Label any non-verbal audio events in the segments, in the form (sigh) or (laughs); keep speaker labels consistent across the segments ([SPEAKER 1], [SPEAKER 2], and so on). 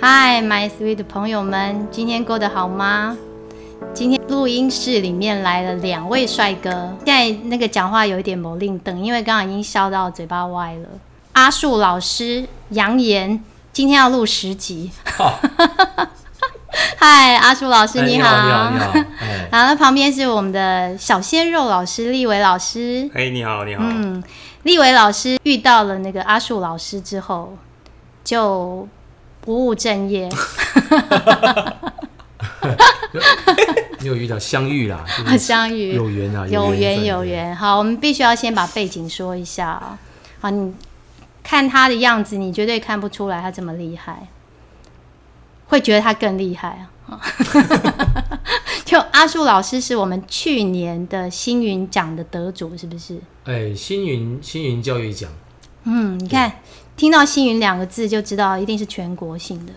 [SPEAKER 1] 嗨，my sweet 朋友们，今天过得好吗？今天录音室里面来了两位帅哥，现在那个讲话有一点某令等，因为刚刚已经笑到嘴巴歪了。阿树老师扬言今天要录十集。 (laughs) 嗨，阿树老师
[SPEAKER 2] 哎
[SPEAKER 1] 你
[SPEAKER 2] 你
[SPEAKER 1] 好。
[SPEAKER 2] 你好，你好，
[SPEAKER 1] (laughs)
[SPEAKER 2] 哎，
[SPEAKER 1] 然后旁边是我们的小鲜肉老师立伟老师。
[SPEAKER 2] 嘿，哎你好，你好，
[SPEAKER 1] 嗯，立伟老师遇到了那个阿树老师之后，就不务正业。
[SPEAKER 2] (laughs) 你有遇到相遇啦，就是
[SPEAKER 1] 相遇
[SPEAKER 2] 有缘啊，
[SPEAKER 1] 有缘
[SPEAKER 2] 缘
[SPEAKER 1] 有。缘。好，我们必须要先把背景说一下啊、好，你看他的样子，你绝对看不出来他这么厉害，会觉得他更厉害啊。 (laughs) 就阿树老师是我们去年的星云奖的得主，是不是？
[SPEAKER 2] 哎，星云星云教育奖，
[SPEAKER 1] 嗯，你看，听到“星云”两个字就知道一定是全国性的，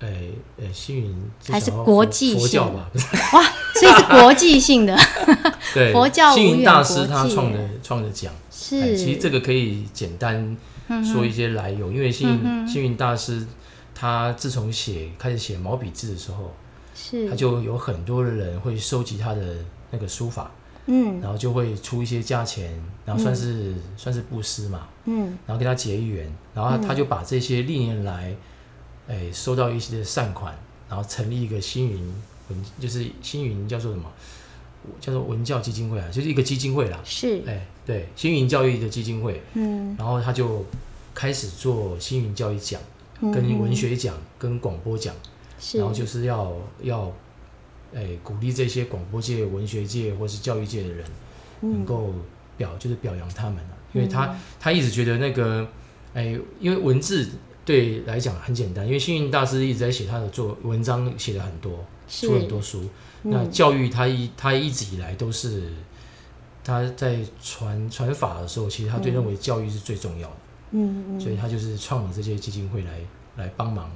[SPEAKER 2] 哎哎，星云是
[SPEAKER 1] 还是
[SPEAKER 2] 想要
[SPEAKER 1] 国
[SPEAKER 2] 佛
[SPEAKER 1] 际性
[SPEAKER 2] 佛教吧？ (laughs)
[SPEAKER 1] 哇，所以是国际性的，
[SPEAKER 2] 对，
[SPEAKER 1] 佛教无
[SPEAKER 2] 星云大师
[SPEAKER 1] 缘国
[SPEAKER 2] 他
[SPEAKER 1] 际
[SPEAKER 2] 创的创的奖，哎
[SPEAKER 1] 是。嗯
[SPEAKER 2] 其实这个可以简单说一些来由，因为星云星云大师他自从写开始写毛笔字的时候，
[SPEAKER 1] 是
[SPEAKER 2] 他就有很多的人会收集他的那个书法，
[SPEAKER 1] 嗯
[SPEAKER 2] 然后就会出一些价钱，然后算是算是布施嘛，
[SPEAKER 1] 嗯
[SPEAKER 2] 然后跟他结缘，然后他他就把这些历年来，哎，收到一些的善款，然后成立一个星云文，就是星云叫做什么，叫做文教基金会啊，就是一个基金会啦，
[SPEAKER 1] 是
[SPEAKER 2] 哎，对，星云教育的基金会，
[SPEAKER 1] 嗯
[SPEAKER 2] 然后他就开始做星云教育奖、
[SPEAKER 1] 嗯
[SPEAKER 2] 跟文学奖、跟广播奖，
[SPEAKER 1] 是
[SPEAKER 2] 然后就是要要，哎，鼓励这些广播界、文学界或是教育界的人。
[SPEAKER 1] 嗯
[SPEAKER 2] 能够表就是表扬他们啊，因为他他一直觉得那个，哎，因为文字对来讲很简单，因为星云大师一直在写他的作文章，写了很多，
[SPEAKER 1] 是嗯
[SPEAKER 2] 出了很多书。那教育他一他一直以来都是他在传传法的时候，其实他对认为教育是最重要的，
[SPEAKER 1] 嗯
[SPEAKER 2] 所以他就是创了这些基金会来来帮忙。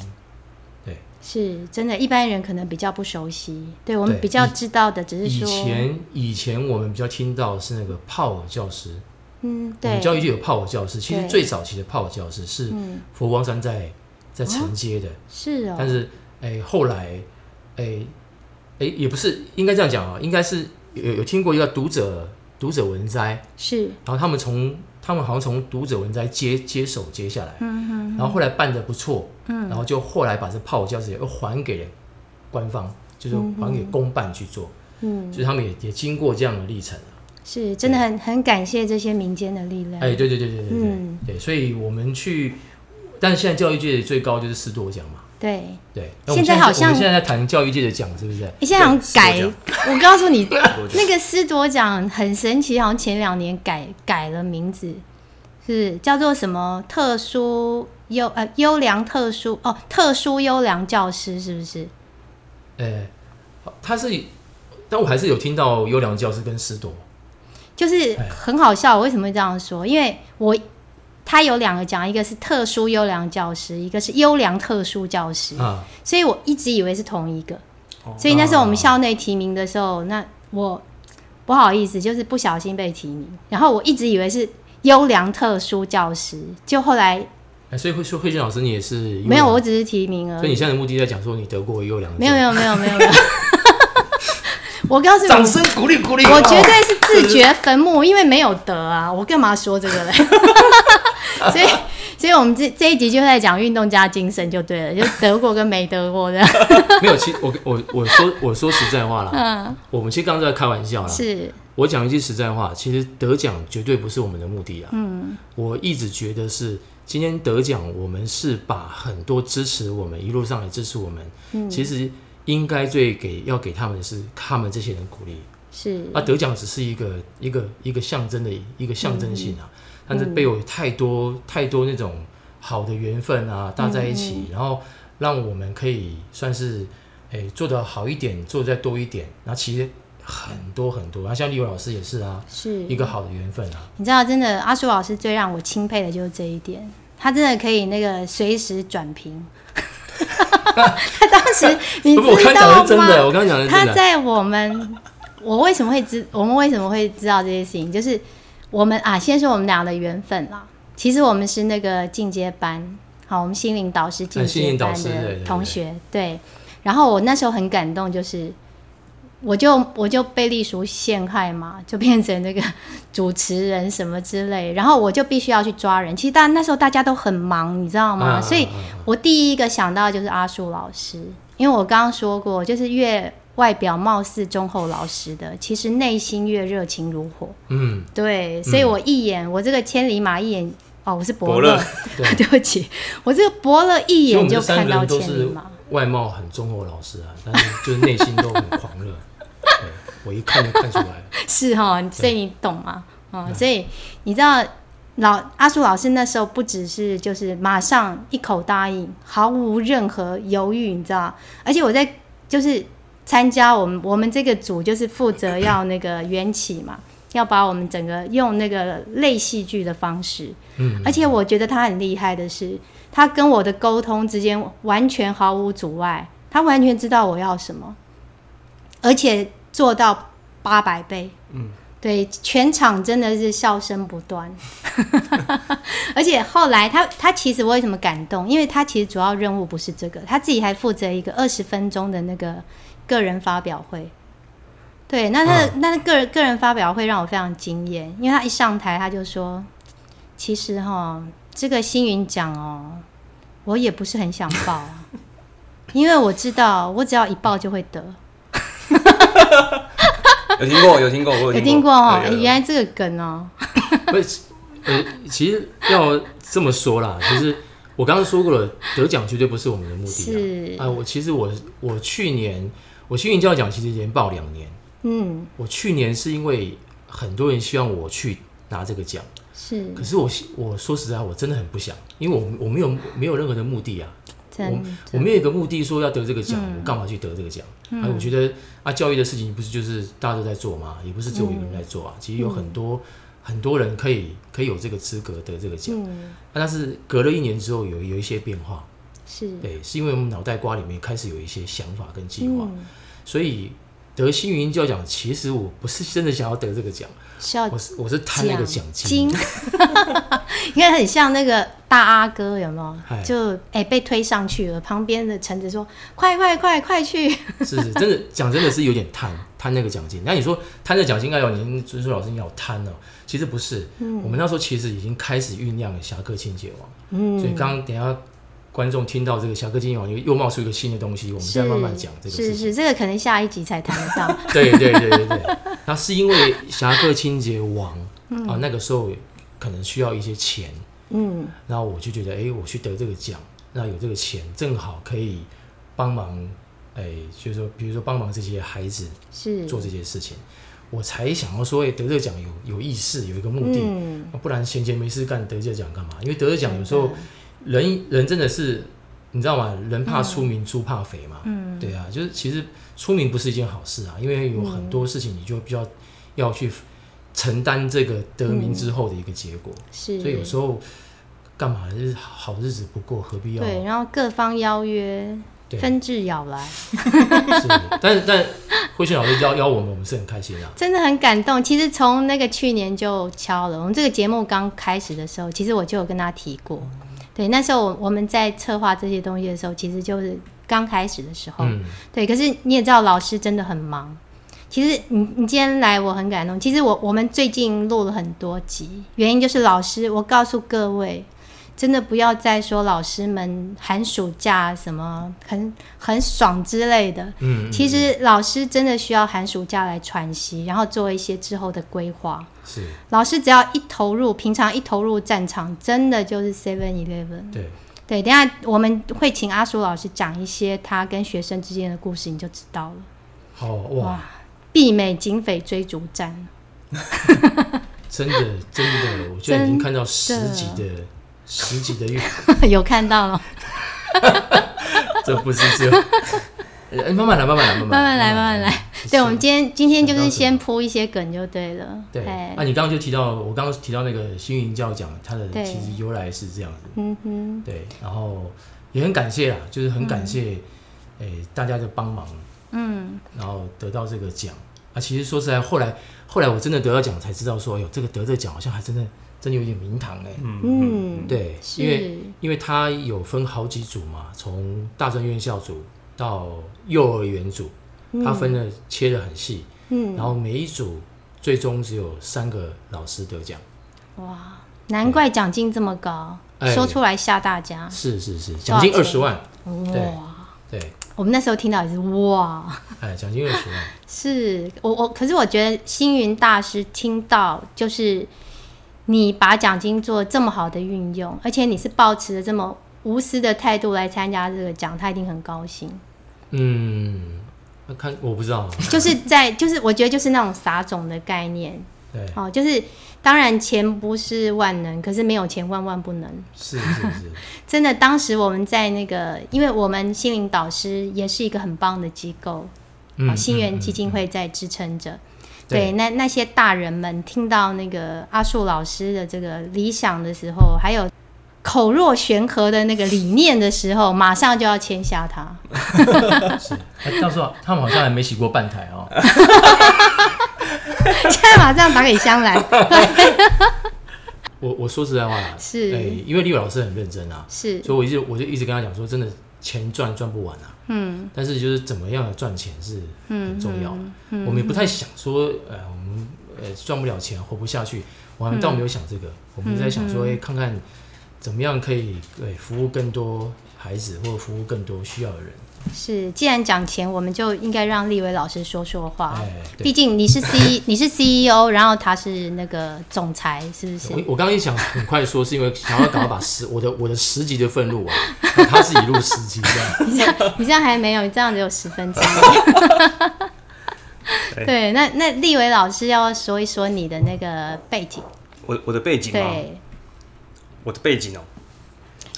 [SPEAKER 2] 对，
[SPEAKER 1] 是真的，一般人可能比较不熟悉，对我们
[SPEAKER 2] 对
[SPEAKER 1] 比较知道的只是
[SPEAKER 2] 以
[SPEAKER 1] 说，
[SPEAKER 2] 前以前我们比较听到的是那个泡尔教师，
[SPEAKER 1] 嗯，
[SPEAKER 2] 我
[SPEAKER 1] 对
[SPEAKER 2] 们，教育界有泡火教室，其实
[SPEAKER 1] 对
[SPEAKER 2] 最早期的泡火教室是佛光山在在承接的，
[SPEAKER 1] 嗯是哦，
[SPEAKER 2] 但是哎、后来哎哎、也不是应该这样讲啊，应该是有有听过一个读者读者文摘，
[SPEAKER 1] 是
[SPEAKER 2] 然后他们从他们好像从读者文摘接接手接下来，嗯嗯，然后后来办的不错，嗯，然后就后来把这泡火教室又还给了官方，就是还给公办去做，嗯，所以他们也也经过这样的历程啊。
[SPEAKER 1] 是，真的很很感谢这些民间的力量，
[SPEAKER 2] 哎，对对对对对对、
[SPEAKER 1] 嗯
[SPEAKER 2] 对，所以我们去，但是现在教育界最高就是师多奖嘛，
[SPEAKER 1] 对。
[SPEAKER 2] 对。那我们
[SPEAKER 1] 现在好像
[SPEAKER 2] 我们现在在谈教育界的奖，是不是？
[SPEAKER 1] 你现在好像改
[SPEAKER 2] 对师，
[SPEAKER 1] 我告诉你，
[SPEAKER 2] 多奖
[SPEAKER 1] 那个思铎奖很神奇，好像前两年改改了名字，是叫做什么特殊优呃优良特殊哦特殊优良教师是不是？
[SPEAKER 2] 哎，好他是，但我还是有听到优良教师跟师多，
[SPEAKER 1] 就是
[SPEAKER 2] 哎
[SPEAKER 1] 很好笑，我为什么会这样说？因为我他有两个奖，一个是特殊优良教师，一个是优良特殊教师，
[SPEAKER 2] 啊，哦
[SPEAKER 1] 所以我一直以为是同一个。所以那时候我们校内提名的时候，那我不好意思，就是不小心被提名，然后我一直以为是优良特殊教师，就后来
[SPEAKER 2] 哎，所以慧慧娟老师你也是优良
[SPEAKER 1] 没有，我，只是提名而
[SPEAKER 2] 哎所以
[SPEAKER 1] 已
[SPEAKER 2] 你。现在的目的在讲说你得过优良的
[SPEAKER 1] 没有
[SPEAKER 2] 奖
[SPEAKER 1] 没有没有没有没有， (laughs) 我告诉你，
[SPEAKER 2] 掌声鼓励鼓励，哦
[SPEAKER 1] 我绝对是自掘坟墓，因为没有得啊， (laughs) 我干嘛说这个嘞？ (laughs) 所以，所以我们这这一集就在讲运动家精神就对了，就德国跟没德国
[SPEAKER 2] (laughs)
[SPEAKER 1] 的，
[SPEAKER 2] 没有，其实我我我说我说实
[SPEAKER 1] (laughs)
[SPEAKER 2] 在话啦，我们其实刚刚在开玩笑
[SPEAKER 1] 嗯
[SPEAKER 2] 啦，
[SPEAKER 1] 是
[SPEAKER 2] 我讲一句实在话，其实得奖绝对不是我们的目的啊。嗯，我一直觉得是今天得奖，我们是把很多支持我们一路上来支持我们，
[SPEAKER 1] 嗯
[SPEAKER 2] 其实应该最给要给他们的是他们这些人鼓励。
[SPEAKER 1] 是
[SPEAKER 2] 啊，得奖只是一个一个一个象征的一个象征性啊，但是被有太多太多那种好的缘分啊搭在一
[SPEAKER 1] 嗯
[SPEAKER 2] 起，然后让我们可以算是诶、做得好一点，做得再多一点，然后其实很多很多，然后像李伟老师也是啊，
[SPEAKER 1] 是
[SPEAKER 2] 一个好的缘分啊，
[SPEAKER 1] 你知道，真的阿叔老师最让我钦佩的就是这一点，他真的可以那个随时转
[SPEAKER 2] (laughs)
[SPEAKER 1] 评。他当时你
[SPEAKER 2] 不不，我
[SPEAKER 1] 知
[SPEAKER 2] 刚讲
[SPEAKER 1] 道
[SPEAKER 2] 的是真的，
[SPEAKER 1] 吗？
[SPEAKER 2] 我刚讲的是
[SPEAKER 1] 他
[SPEAKER 2] 真的，
[SPEAKER 1] 在我们，我为什么会知？我们为什么会知道这些事情？就是我们啊，先说我们俩的缘分啦。其实我们是那个进阶班，好，我们心灵导师进
[SPEAKER 2] 嗯心
[SPEAKER 1] 阶
[SPEAKER 2] 灵导
[SPEAKER 1] 班
[SPEAKER 2] 师对对
[SPEAKER 1] 的
[SPEAKER 2] 对
[SPEAKER 1] 同学，对。然后我那时候很感动，就是我就我就被丽叔陷害嘛，就变成那个主持人什么之类，然后我就必须要去抓人。其实大那时候大家都很忙，你知道吗？
[SPEAKER 2] 嗯
[SPEAKER 1] 所以
[SPEAKER 2] 嗯嗯
[SPEAKER 1] 我第一个想到就是阿树老师，因为我刚刚说过，就是越外表貌似忠厚老实的，其实内心越热情如火。
[SPEAKER 2] 嗯，
[SPEAKER 1] 对，所以我一眼，我这个千里马一眼，哦，我是伯
[SPEAKER 3] 伯
[SPEAKER 1] 乐
[SPEAKER 3] 乐，
[SPEAKER 1] (laughs)
[SPEAKER 2] 对
[SPEAKER 1] 对不起，我这个伯乐一
[SPEAKER 2] 其实
[SPEAKER 1] 眼
[SPEAKER 2] 我们
[SPEAKER 1] 就
[SPEAKER 2] 这三
[SPEAKER 1] 看
[SPEAKER 2] 个
[SPEAKER 1] 到
[SPEAKER 2] 人都
[SPEAKER 1] 千里
[SPEAKER 2] 是
[SPEAKER 1] 马。
[SPEAKER 2] 外貌很忠厚老实啊，但是就是内心都很狂
[SPEAKER 1] (laughs)
[SPEAKER 2] 热。对，我一看就看出来。
[SPEAKER 1] 是哈、所以你懂吗？哦，所以你知道老阿叔老师那时候不只是就是马上一口答应，毫无任何犹豫，你知道？而且我在就是参加我们我们这个组，就是负责要那个缘起嘛，要把我们整个用那个类戏剧的方式。
[SPEAKER 2] 嗯，
[SPEAKER 1] 而且我觉得他很厉害的是，他跟我的沟通之间完全毫无阻碍，他完全知道我要什么，而且做到八百倍。
[SPEAKER 3] 嗯，
[SPEAKER 1] 对，全场真的是笑声不断。 (laughs) 而且后来他他其实为什么感动？因为他其实主要任务不是这个，他自己还负责一个二十分钟的那个个人发表会。对，那他的、
[SPEAKER 3] 嗯
[SPEAKER 1] 那个人个人发表会让我非常惊艳，因为他一上台他就说，其实哈这个星云奖哦，我也不是很想报啊， (laughs) 因为我知道我只要一报就会得。
[SPEAKER 3] 有听过，有听过，我
[SPEAKER 1] 有
[SPEAKER 3] 听
[SPEAKER 1] 听过哦，
[SPEAKER 3] 对
[SPEAKER 1] 哎
[SPEAKER 3] 有有哎
[SPEAKER 1] 原来这个梗哦，
[SPEAKER 2] 不是，呃，其实要这么说啦，就是我刚刚说过了，得奖绝对不是我们的目的
[SPEAKER 1] 是
[SPEAKER 2] 啊。啊，我其实我我去年我去年教奖其实连报两年，
[SPEAKER 1] 嗯
[SPEAKER 2] 我去年是因为很多人希望我去拿这个奖，
[SPEAKER 1] 是
[SPEAKER 2] 可是我我说实在，我真的很不想，因为我我没有没有任何的目的啊。
[SPEAKER 1] 真
[SPEAKER 2] 我没有一个目的说要得这个奖，我干嘛去得这个奖？哎、我觉得啊，教育的事情不是就是大家都在做吗？也不是只有有人在做啊，其实有很多、很多人可以可以有这个资格得这个奖、
[SPEAKER 1] 嗯
[SPEAKER 2] 啊但是隔了一年之后有有一些变化，
[SPEAKER 1] 是
[SPEAKER 2] 对，是因为我们脑袋瓜里面开始有一些想法跟计划，
[SPEAKER 1] 嗯
[SPEAKER 2] 所以得星云教奖，其实我不是真的想要得这个奖，
[SPEAKER 1] 是要
[SPEAKER 2] 我是我是贪那个奖金。
[SPEAKER 1] 呃金， (laughs) 应该很像那个大阿哥有没
[SPEAKER 2] 嗨
[SPEAKER 1] 有？就哎、被推上去了，旁边的橙子说快快快快去，
[SPEAKER 2] 是是，真的讲真的是有点贪贪那个奖金。那你说贪这奖金，哎呦，你尊叔老师你好贪哦，其实不是，我们那时候其实已经开始酝酿《侠客清洁王》
[SPEAKER 1] 嗯，
[SPEAKER 2] 所以刚刚等一下观众听到这个《侠客清洁王》又又冒出一个新的东西，我们
[SPEAKER 1] 是
[SPEAKER 2] 再慢慢讲这个事
[SPEAKER 1] 是
[SPEAKER 2] 情。
[SPEAKER 1] 是，这个可能下一集才谈得到，
[SPEAKER 2] (laughs) 对对对对对，那是因为《侠客清洁王》啊，那个时候可能需要一些钱，
[SPEAKER 1] 嗯，
[SPEAKER 2] 然后我就觉得，哎，我去得这个奖，那有这个钱正好可以帮忙，哎，就是说，比如说帮忙这些孩子。
[SPEAKER 1] 是
[SPEAKER 2] 做这些事情，我才想要说，哎、得这奖有有意思，有一个目的，
[SPEAKER 1] 嗯
[SPEAKER 2] 啊不然闲闲没事干得这奖干嘛？因为得这奖有时候人人真的是，你知道吗？人
[SPEAKER 1] 嗯
[SPEAKER 2] 怕出名，猪怕肥嘛。嗯，对啊，就是其实出名不是一件好事啊，因为有很
[SPEAKER 1] 嗯
[SPEAKER 2] 多事情你就比较要去承担这个得名之后的一个结果，
[SPEAKER 1] 嗯是，
[SPEAKER 2] 所以有时候干嘛就是好日子不过，何必要？
[SPEAKER 1] 对，然后各方邀约
[SPEAKER 2] 对，
[SPEAKER 1] 纷至杳来。
[SPEAKER 2] 是，但是但慧轩老师邀邀我们，我们是很开心啊。
[SPEAKER 1] 真的很感动。其实从那个去年就敲了，我们这个节目刚开始的时候，其实我就有跟他提过。对，那时候我我们在策划这些东西的时候，其实就是刚开始的时候。
[SPEAKER 2] 嗯，
[SPEAKER 1] 对，可是你也知道，老师真的很忙。其实你你今天来，我很感动。其实我我们最近录了很多集，原因就是老师，我告诉各位，真的不要再说老师们寒暑假什么很很爽之类的。
[SPEAKER 2] 嗯，嗯
[SPEAKER 1] 其实老师真的需要寒暑假来喘息，然后做一些之后的规划。
[SPEAKER 2] 是
[SPEAKER 1] 老师只要一投入，平常一投入战场，真的就是 Seven Eleven。
[SPEAKER 2] 对。
[SPEAKER 1] 对，等一下我们会请阿叔老师讲一些他跟学生之间的故事，你就知道了。
[SPEAKER 2] 好哇，
[SPEAKER 1] 避美警匪追逐战， (laughs)
[SPEAKER 2] 真的真的，我居然已经看到十集的十集的预，
[SPEAKER 1] 有看到了，
[SPEAKER 2] 这不是
[SPEAKER 1] (laughs)
[SPEAKER 2] 只有，哎，慢慢来，慢慢来，慢
[SPEAKER 1] 慢慢来，慢慢来。对，我们今天今天就
[SPEAKER 2] 想
[SPEAKER 1] 是
[SPEAKER 2] 到什么
[SPEAKER 1] 先铺一些梗就对了。
[SPEAKER 2] 对，
[SPEAKER 1] 哎
[SPEAKER 2] 啊，你刚刚就提到，我刚刚提到那个星云教讲，它的
[SPEAKER 1] 对
[SPEAKER 2] 其实由来是这样子，
[SPEAKER 1] 嗯哼，
[SPEAKER 2] 对，然后也很感谢啊，就是很感谢，哎，大家的帮忙，嗯，然后得到这个奖啊，其实说实在，后来后来我真的得到奖才知道说，哎呦，这个得这个奖好像还真的真的有点名堂哎、
[SPEAKER 1] 嗯，
[SPEAKER 2] 对，
[SPEAKER 1] 是
[SPEAKER 2] 因为因为它有分好几组嘛，从大专院校组到幼儿园组，它分的切的很细，
[SPEAKER 1] 嗯，
[SPEAKER 2] 然后每一组最终只有三个老师得奖，
[SPEAKER 1] 哇，难怪奖金这么高，
[SPEAKER 2] 哎
[SPEAKER 1] 说出来吓大家。
[SPEAKER 2] 是是是，奖金
[SPEAKER 1] 啊多
[SPEAKER 2] 二
[SPEAKER 1] 少
[SPEAKER 2] 十
[SPEAKER 1] 钱
[SPEAKER 2] 万，对
[SPEAKER 1] 哇，
[SPEAKER 2] 对，
[SPEAKER 1] 我们那时候听到也是哇，
[SPEAKER 2] 哎，奖金二
[SPEAKER 1] (laughs)
[SPEAKER 2] 十万，
[SPEAKER 1] 是我我，可是我觉得星云大师听到就是你把奖金做这么好的运用，而且你是抱持着这么无私的态度来参加这个奖，他一定很高兴。
[SPEAKER 2] 嗯，那看我不知道啊，
[SPEAKER 1] 就是在就是我觉得就是那种撒种的概念
[SPEAKER 2] 对，
[SPEAKER 1] 哦，就是当然钱不是万能，可是没有钱万万不能。
[SPEAKER 2] 是是
[SPEAKER 1] (laughs)
[SPEAKER 2] 是，
[SPEAKER 1] 真的，当时我们在那个，因为我们心灵导师也是一个很棒的机构，啊，
[SPEAKER 2] 嗯，
[SPEAKER 1] 新源
[SPEAKER 2] 嗯
[SPEAKER 1] 基金会在支撑着。
[SPEAKER 2] 对
[SPEAKER 1] 对，那那些大人们听到那个阿树老师的这个理想的时候，还有口若悬河的那个理念的时候，马上就要签下他。
[SPEAKER 2] 是，哎到时候他们好像还没洗过半台哦，
[SPEAKER 1] 现在 (laughs) 马上打给香兰，
[SPEAKER 2] 我我说实在话啦，
[SPEAKER 1] 是
[SPEAKER 2] 哎，因为丽伟老师很认真啊，
[SPEAKER 1] 是
[SPEAKER 2] 所以我一直我就一直跟他讲说，真的钱赚赚不完啊。嗯，但是就是怎么样的赚钱是
[SPEAKER 1] 嗯
[SPEAKER 2] 很重要的。我们也不太想说，呃，我们呃赚不了钱活不下去，我们倒没有想这
[SPEAKER 1] 嗯
[SPEAKER 2] 个，我们在想说，哎、看看怎么样可以对服务更多孩子或服务更多需要的
[SPEAKER 1] 哦
[SPEAKER 2] 人。
[SPEAKER 1] 是，既然讲钱，我们就应该让立伟老师说说话。
[SPEAKER 2] 哎、
[SPEAKER 1] 毕
[SPEAKER 2] 对。
[SPEAKER 1] 竟你是 C，你是 CEO，然后他是那个总裁，是不是？
[SPEAKER 2] 我我刚刚一想很快说，是因为想要赶快把十我的我的十级的愤怒啊， (laughs) 然后他是一路十级这样。
[SPEAKER 1] 你这样，你这样还没有，你这样只有十分之一。
[SPEAKER 3] 对
[SPEAKER 1] (laughs) 对，那那立伟老师要说一说你的那个背景。
[SPEAKER 3] 我我的背景吗？
[SPEAKER 1] 对，
[SPEAKER 3] 我的背景哦、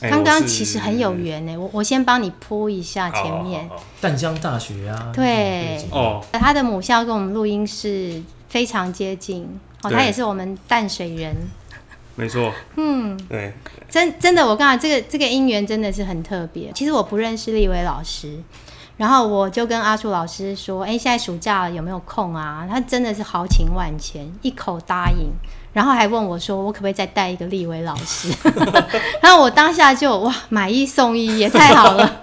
[SPEAKER 3] 哎
[SPEAKER 1] 刚刚
[SPEAKER 3] 我是
[SPEAKER 1] 其实很有缘呢，我我先帮你铺一下前面。
[SPEAKER 3] 哦
[SPEAKER 2] 淡江大学啊，
[SPEAKER 1] 对
[SPEAKER 2] 那种背景
[SPEAKER 3] 哦哦
[SPEAKER 1] 他的母校跟我们录音室非常接近，哦，
[SPEAKER 3] 对
[SPEAKER 1] 他也是我们淡水人。
[SPEAKER 3] 哦没错，嗯，对，
[SPEAKER 1] 真真的，我告诉你，这个这个姻缘真的是很特别。其实我不认识立伟老师，然后我就跟阿树老师说：“哎，现在暑假了有没有空啊？”他真的是豪情万千，一口答应，然后还问我说：“我可不可以再带一个立伟老师？” (laughs) 然后我当下就哇，买一送一，也太好了。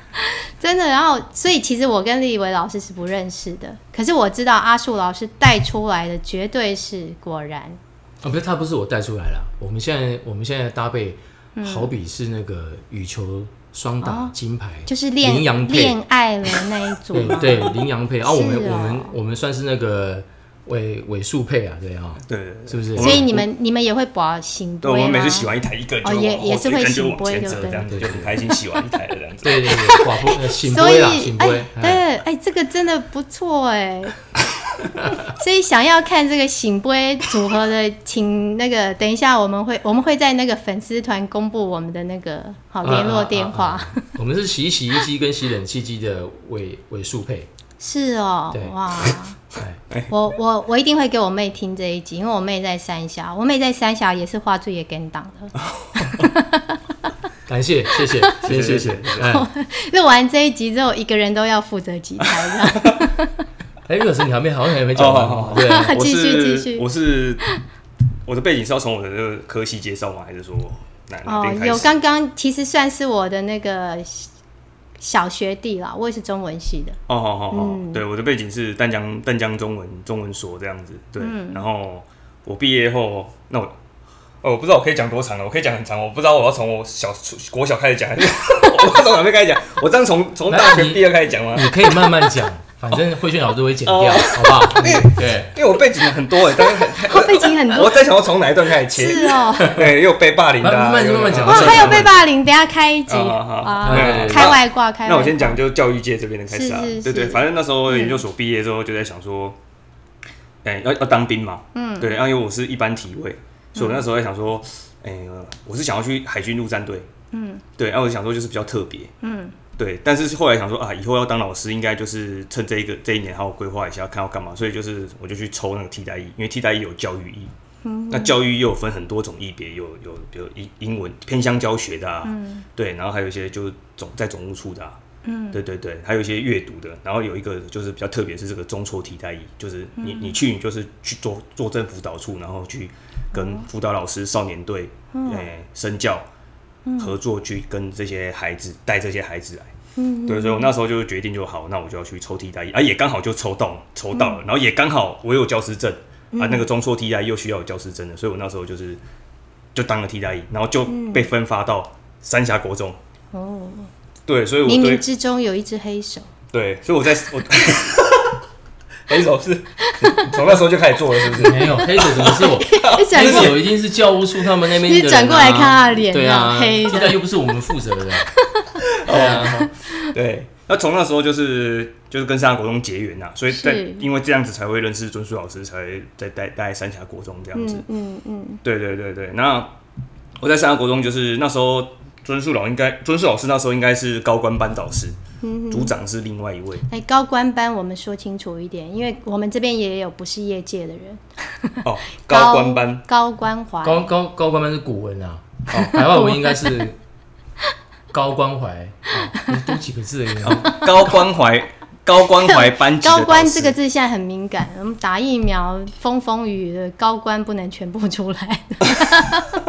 [SPEAKER 1] (laughs) 真的，然后所以其实我跟立伟老师是不认识的，可是我知道阿树老师带出来的绝对是果然
[SPEAKER 2] 啊，不是，他不是我带出来啦。我们现在我们现在的搭配，
[SPEAKER 1] 嗯
[SPEAKER 2] 好比是那个羽球双打金牌，
[SPEAKER 1] 哦就是
[SPEAKER 2] 羚
[SPEAKER 1] 恋
[SPEAKER 2] 羊配
[SPEAKER 1] 恋爱了那一组
[SPEAKER 2] 对
[SPEAKER 1] 吗？
[SPEAKER 2] 对，羚
[SPEAKER 1] (laughs)
[SPEAKER 2] 羊配啊，我们
[SPEAKER 1] 是
[SPEAKER 2] 我
[SPEAKER 1] 哦
[SPEAKER 2] 们我们算是那个尾尾数配啊，对啊，
[SPEAKER 3] 对对对
[SPEAKER 2] 是不是？
[SPEAKER 1] 所以你们你们也会把行
[SPEAKER 3] 对，
[SPEAKER 1] 不
[SPEAKER 3] 我
[SPEAKER 1] 会
[SPEAKER 3] 们
[SPEAKER 1] 吗？
[SPEAKER 3] 每次洗完一台，一个就
[SPEAKER 1] 哦也
[SPEAKER 3] 往
[SPEAKER 1] 也
[SPEAKER 3] 后
[SPEAKER 1] 是
[SPEAKER 3] 一根
[SPEAKER 1] 会
[SPEAKER 3] 就
[SPEAKER 1] 醒
[SPEAKER 3] 往
[SPEAKER 1] 波
[SPEAKER 3] 前
[SPEAKER 1] 就
[SPEAKER 3] 折，
[SPEAKER 1] 对
[SPEAKER 3] 这样子就很开心，洗完一台了这样子。
[SPEAKER 2] 对对对，寡妇
[SPEAKER 1] (laughs)
[SPEAKER 2] 呃醒
[SPEAKER 1] 所
[SPEAKER 2] 杯
[SPEAKER 1] 以
[SPEAKER 2] 啦，醒杯
[SPEAKER 1] 哎，，
[SPEAKER 2] 哎
[SPEAKER 1] 对，哎，这个真的不错哎。 (laughs) 所以想要看这个醒杯组合的，请那个等一下，我们会我们会在那个粉丝团公布我们的那个好联络电话。
[SPEAKER 2] 啊啊啊啊我们是洗洗衣机跟洗冷气机的尾尾数配，
[SPEAKER 1] (laughs) 是哦
[SPEAKER 2] 对， (laughs)
[SPEAKER 1] 哇！
[SPEAKER 2] 哎，
[SPEAKER 1] 我我我一定会给我妹听这一集，因为我妹在三峡，我妹在三峡也是画作业跟党的。 (laughs)
[SPEAKER 2] 感谢谢谢谢
[SPEAKER 3] 谢
[SPEAKER 2] 谢
[SPEAKER 3] 谢谢谢，
[SPEAKER 1] (laughs)
[SPEAKER 2] 哎
[SPEAKER 1] 录完这一集之后，一个人都要负责几台这样。
[SPEAKER 2] 哎，瑞老师你还没好像还没讲
[SPEAKER 3] 哦好
[SPEAKER 2] 完，
[SPEAKER 3] 好
[SPEAKER 2] 对啊，
[SPEAKER 3] 我
[SPEAKER 1] (laughs) 继续继
[SPEAKER 3] 是
[SPEAKER 1] 续
[SPEAKER 3] 我是我的背景是要从我的这个科系介绍吗？还是说哪哪
[SPEAKER 1] 哦
[SPEAKER 3] 边，开
[SPEAKER 1] 有
[SPEAKER 3] 始？
[SPEAKER 1] 刚刚其实算是我的那个小小学弟啦，我也是中文系
[SPEAKER 3] (laughs)
[SPEAKER 1] 的。
[SPEAKER 3] 哦，好好好，对，我的背景是淡江淡江中文中文所这样子，对，然后我毕业后，那我。哦，我不知道我可以讲多长了，我可以讲很长，我不知道我要从我小初国小开始讲，还是 (laughs) 我不知道从哪边开始讲，我这样从从大学毕业开始讲吗？
[SPEAKER 2] 你可以慢慢讲，反正慧轩老师会剪
[SPEAKER 3] 哦
[SPEAKER 2] 掉，好不好？嗯对。
[SPEAKER 3] 因为我背景很多哎，但是很
[SPEAKER 1] 哦，背景很多
[SPEAKER 3] 我在想要从哪一段开始切，
[SPEAKER 1] 是哦，
[SPEAKER 3] (laughs) 对，也有被霸凌的啊，
[SPEAKER 2] 慢慢
[SPEAKER 3] 也有
[SPEAKER 2] 慢慢讲
[SPEAKER 1] 哇，
[SPEAKER 2] 慢慢
[SPEAKER 1] 还有被霸凌，等一下开一集
[SPEAKER 3] 哦好好
[SPEAKER 1] 啊
[SPEAKER 2] 对对，对
[SPEAKER 1] 开外挂，开外挂。
[SPEAKER 3] 那我先讲，就教育界这边的开始啊，
[SPEAKER 1] 是是
[SPEAKER 3] 对对，
[SPEAKER 1] 是
[SPEAKER 3] 反正那时候研究所毕业之后就在想说，哎、要要当兵嘛，嗯，对，然后因为我是一般体位，所以我那时候在想说，哎、呃我是想要去海军陆战队，嗯，对，然后我就想说就是比较特别，嗯，对，但是后来想说啊，以后要当老师，应该就是趁这一个这一年好好规划一下，看要干嘛，所以就是我就去抽那个替代役，因为替代役有教育役。那教育又有分很多种类别，有有比如英英文偏向教学的啊，对，然后还有一些就是总在总务处的啊，嗯，对对对，还有一些阅读的，然后有一个就是比较特别，是这个中辍替代役，就是你你去你就是去做做政辅导处，然后去跟辅导老师、少年队、哦嗯、身教合作，去跟这些孩子带这些孩子来。嗯，对，所以我那时候就决定就好，那我就要去抽替代役啊，也刚好就抽到抽到了，然后也刚好我有教师证啊，那个中辍替代役又需要有教师证的，所以我那时候就是就当了替代役，然后就被分发到三峡国中。
[SPEAKER 1] 哦，
[SPEAKER 3] 对，所以我
[SPEAKER 1] 冥冥
[SPEAKER 3] 对
[SPEAKER 1] 之中有一只黑
[SPEAKER 3] (laughs)
[SPEAKER 1] 手，
[SPEAKER 3] 对，所以我
[SPEAKER 1] (laughs)
[SPEAKER 3] 在我哎黑手是从那时候就开始做了，是不是？
[SPEAKER 2] 没有黑手怎么
[SPEAKER 1] (laughs)
[SPEAKER 2] 是我？
[SPEAKER 1] 一转
[SPEAKER 2] 黑
[SPEAKER 1] 过
[SPEAKER 2] 手一定是教务处他们那边的人啊
[SPEAKER 1] 你转过来看他的脸
[SPEAKER 2] 对啊，
[SPEAKER 1] 黑的
[SPEAKER 2] 替代又不是我们负责的，对啊，
[SPEAKER 1] (laughs)
[SPEAKER 3] 对，那从那时候就是就是跟三峡国中结缘呐、啊所以在
[SPEAKER 1] 是
[SPEAKER 3] 因为这样子才会认识尊叔老师，才会在待待三峡国中这样子。
[SPEAKER 1] 嗯嗯嗯，
[SPEAKER 3] 对对对对，那我在三峡国中就是那时候尊叔老应该尊叔老师那时候应该是高官班导师，
[SPEAKER 1] 嗯
[SPEAKER 3] 组长是另外一位
[SPEAKER 1] 哎，高官班我们说清楚一点，因为我们这边也有不是业界的人，
[SPEAKER 3] 哦，高官班
[SPEAKER 1] 高官华，
[SPEAKER 2] 高高高官班是古文啊，哦，白话文应该是高关怀，哦，你读几个字而已啊。
[SPEAKER 3] 高关怀
[SPEAKER 1] (laughs)
[SPEAKER 3] 高关怀班级的
[SPEAKER 1] 高官
[SPEAKER 3] 导师
[SPEAKER 1] 这个字现在很敏感，我们打疫苗风风雨雨的高官不能全部出来，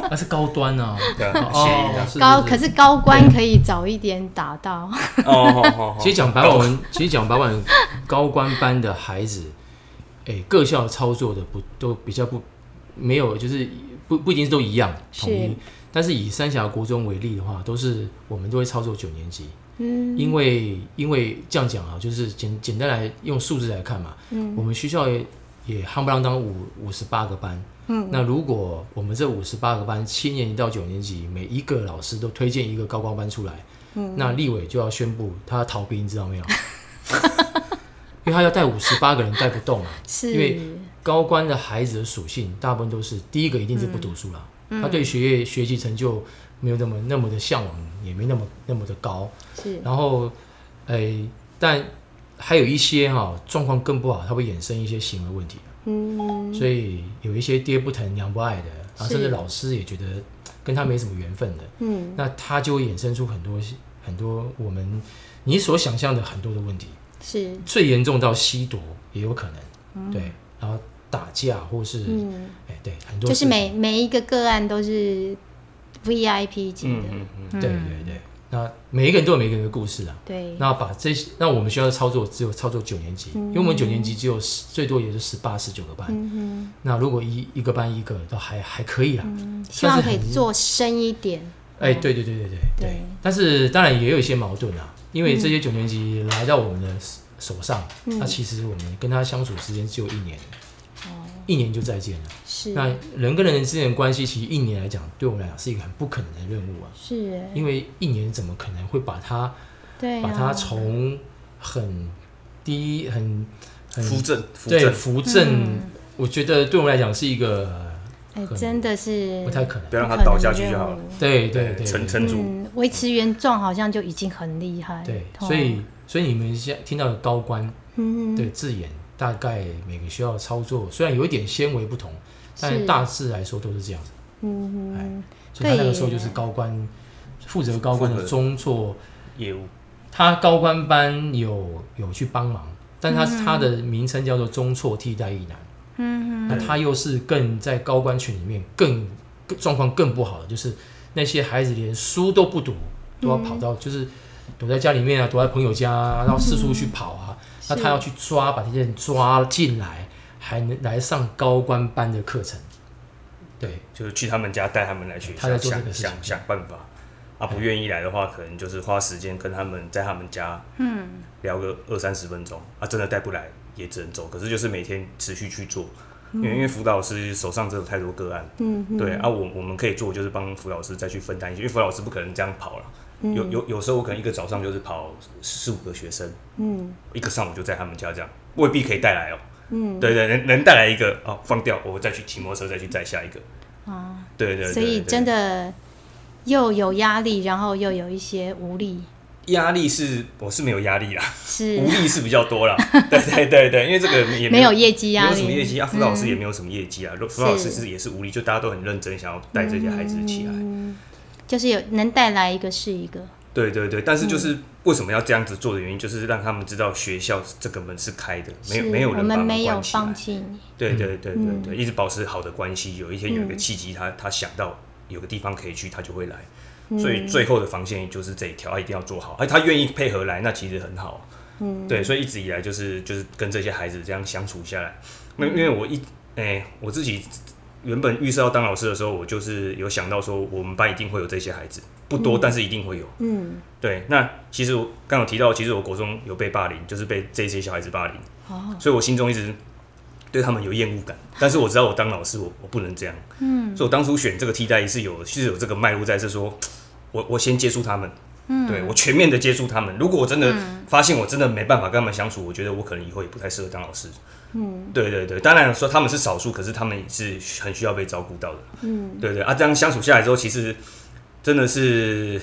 [SPEAKER 2] 那是高端啊，
[SPEAKER 3] 对啊谐音
[SPEAKER 2] 哦
[SPEAKER 3] 啊，
[SPEAKER 2] 是
[SPEAKER 1] 高
[SPEAKER 2] 是
[SPEAKER 1] 可是高官可以早一点打到，
[SPEAKER 3] 哦好好好，
[SPEAKER 2] 其实讲白话文，其实讲白话文，高官班的孩子，哎、各校操作的不都比较不没有，就是不不一定都一样
[SPEAKER 1] 是
[SPEAKER 2] 统一。但是以三峡国中为例的话，都是我们都会操作九年级，嗯，因为因为这样讲啊，就是简简单来用数字来看嘛，嗯，我们学校也也夯不啷当五五十八个班，嗯，那如果我们这五十八个班七年级到九年级，每一个老师都推荐一个高光班出来，那立委就要宣布他要逃兵，你知道没有？ (laughs) 因为他要带五十八个人带不动啊。因为
[SPEAKER 1] 是
[SPEAKER 2] 高官的孩子的属性，大部分都是第一个一定是不读书啦，他对学业学习成就没有那么那么的向往，也没那么那么的高。
[SPEAKER 1] 是
[SPEAKER 2] 然后，诶、但还有一些哈、状况更不好，它会衍生一些行为问题。嗯，所以有一些爹不疼娘不爱的，然后甚至
[SPEAKER 1] 是
[SPEAKER 2] 老师也觉得跟他没什么缘分的，
[SPEAKER 1] 嗯
[SPEAKER 2] 那他就会衍生出很多很多我们你所想象的很多的问题，
[SPEAKER 1] 是
[SPEAKER 2] 最严重到吸毒也有可能，对，然后打架或是哎、
[SPEAKER 1] 嗯，
[SPEAKER 2] 对很多
[SPEAKER 1] 就是
[SPEAKER 2] 事情
[SPEAKER 1] 每每一个个案都是 VIP 级
[SPEAKER 3] 嗯
[SPEAKER 1] 的，
[SPEAKER 3] 嗯嗯，
[SPEAKER 2] 对对对，那每一个人都有每一个人的故事啊。
[SPEAKER 1] 对，
[SPEAKER 2] 那把这些，那我们学校的操作只有操作九年级，
[SPEAKER 1] 嗯
[SPEAKER 2] 因为我们九年级只有十最多也就十八、十九个班。那如果一一个班一个，都还还可以啦。
[SPEAKER 1] 嗯希望
[SPEAKER 2] 算是
[SPEAKER 1] 可以
[SPEAKER 2] 很
[SPEAKER 1] 做深一点，
[SPEAKER 2] 哎，对对对对对
[SPEAKER 1] 对
[SPEAKER 2] 对。但是当然也有一些矛盾啊，因为这些九年级来到我们的手上，
[SPEAKER 1] 嗯
[SPEAKER 2] 那其实我们跟他相处时间只有一年，一年就再见了。
[SPEAKER 1] 哦是
[SPEAKER 2] 那人跟人之间的关系，其实一年来讲，对我们来讲是一个很不可能的任务啊，
[SPEAKER 1] 是哎，
[SPEAKER 2] 因为一年怎么可能会把他
[SPEAKER 1] 对
[SPEAKER 2] 把它
[SPEAKER 1] 啊，
[SPEAKER 2] 从很低、很很
[SPEAKER 3] 扶正扶
[SPEAKER 2] 对
[SPEAKER 3] 正，
[SPEAKER 2] 扶正，
[SPEAKER 1] 嗯
[SPEAKER 2] 我觉得对我们来讲是一个
[SPEAKER 1] 哎，真的是
[SPEAKER 2] 不太可能
[SPEAKER 3] 不。要让
[SPEAKER 1] 不
[SPEAKER 3] 他
[SPEAKER 1] 可
[SPEAKER 3] 倒
[SPEAKER 1] 能
[SPEAKER 3] 下
[SPEAKER 1] 的
[SPEAKER 3] 去就好了
[SPEAKER 1] 任务。。
[SPEAKER 2] 对对对
[SPEAKER 3] 撑
[SPEAKER 2] 对
[SPEAKER 3] 撑住，
[SPEAKER 1] 嗯，维持原状好像就已经很厉害。
[SPEAKER 2] 对，
[SPEAKER 1] 哦
[SPEAKER 2] 所以所以你们现在听到的高官
[SPEAKER 1] 嗯，
[SPEAKER 2] 的字眼，大概每个学校操作虽然有一点纤维不同，但
[SPEAKER 1] 是
[SPEAKER 2] 大致来说都是这样子。
[SPEAKER 1] 嗯
[SPEAKER 2] 哎，所以他那个时候就是高官负责高官
[SPEAKER 3] 负
[SPEAKER 2] 的
[SPEAKER 3] 责
[SPEAKER 2] 中作
[SPEAKER 3] 业务
[SPEAKER 2] 他高官班有有去帮忙，但他、他的名称叫做中错替代役男。嗯，那他又是更在高官群里面更更状况更不好的，就是那些孩子连书都不读，都要跑到、就是躲在家里面啊，躲在朋友家、啊，然后四处去跑啊。那他要去抓，把这些人抓进来，还能来上高官班的课程。对，
[SPEAKER 3] 就是去他们家带他们来学
[SPEAKER 2] 他在
[SPEAKER 3] 校，
[SPEAKER 2] 做这
[SPEAKER 3] 想
[SPEAKER 2] 个事情
[SPEAKER 3] 想想办法。啊，不愿意来的话，可能就是花时间跟他们在他们家，嗯，聊个二三十分钟。啊，真的带不来也只能走。可是就是每天持续去做，
[SPEAKER 1] 嗯
[SPEAKER 3] 因为因为辅导师手上真的有太多个案，嗯，对啊，我我们可以做就是帮辅导师再去分担一些，因为辅导师不可能这样跑了。
[SPEAKER 1] 嗯
[SPEAKER 3] 有有有时候我可能一个早上就是跑四五个学生，嗯，一个上午就在他们家这样，未必可以带来哦。嗯，对对，能能带来一个哦，放掉，我再去骑摩托车再去载下一个。啊，对对对，
[SPEAKER 1] 所以
[SPEAKER 3] 对
[SPEAKER 1] 真的又有压力，然后又有一些无力，
[SPEAKER 3] 压力是我是没有压力啦，无
[SPEAKER 1] 是 (laughs)
[SPEAKER 3] 力是比较多啦。 (laughs) 对对对对，因为这个也
[SPEAKER 1] 没有
[SPEAKER 3] 没
[SPEAKER 1] 业绩压嗯
[SPEAKER 3] 有什么业
[SPEAKER 1] 力。
[SPEAKER 3] 绩啊，辅导老师也没有什么业绩啊，辅导老师是也是无力，就大家都很认真，想要带
[SPEAKER 1] 嗯
[SPEAKER 3] 这些孩子起来。
[SPEAKER 1] 就是有能带来一个是一个，嗯
[SPEAKER 3] 对对对，但是就是为什么要这样子做的原因，就是让他们知道学校这个门是开的，没有
[SPEAKER 1] 是
[SPEAKER 3] 没有
[SPEAKER 1] 我
[SPEAKER 3] 人把
[SPEAKER 1] 们
[SPEAKER 3] 门
[SPEAKER 1] 没有
[SPEAKER 3] 关起来
[SPEAKER 1] 放弃嗯你，
[SPEAKER 3] 对对对对对，一直保持好的关系。有一天有一个契机，他他想到有个地方可以去，他就会来。
[SPEAKER 1] 嗯
[SPEAKER 3] 所以最后的防线就是这一条，他一定要做好。哎，他愿意配合来，那其实很好。嗯，对，所以一直以来就是就是跟这些孩子这样相处下来。那因为我一哎、我自己原本预设要当老师的时候，我就是有想到说，我们班一定会有这些孩子，不多，但是一定会有。
[SPEAKER 1] 嗯，
[SPEAKER 3] 对，那其实我刚有提到，其实我国中有被霸凌，就是被这些小孩子霸凌，所以我心中一直对他们有厌恶感。但是我知道我当老师我，我不能这样，嗯，所以我当初选这个替代役是有是有这个脉络在，是说我我先接触他们，嗯，对我全面的接触他们。如果我真的发现我真的没办法跟他们相处，我觉得我可能以后也不太适合当老师。嗯，对对对，当然说他们是少数，可是他们也是很需要被照顾到的。嗯，对对啊，这样相处下来之后，其实真的是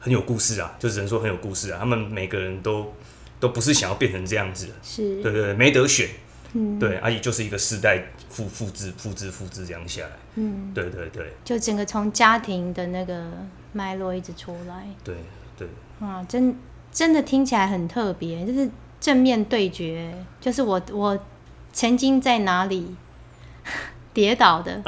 [SPEAKER 3] 很有故事啊，就只能说很有故事啊。他们每个人都都不是想要变成这样子的，啊
[SPEAKER 1] 是
[SPEAKER 3] 对对对，没得选，
[SPEAKER 1] 嗯
[SPEAKER 3] 对，阿姨就是一个世代复复制、复制、复制这样下来，嗯，对对对
[SPEAKER 1] 就整个从家庭的那个脉络一直出来，
[SPEAKER 3] 对对，
[SPEAKER 1] 啊，真真的听起来很特别，就是正面对决，就是我我曾经在哪里 (laughs) 跌倒
[SPEAKER 3] (laughs)
[SPEAKER 1] 的，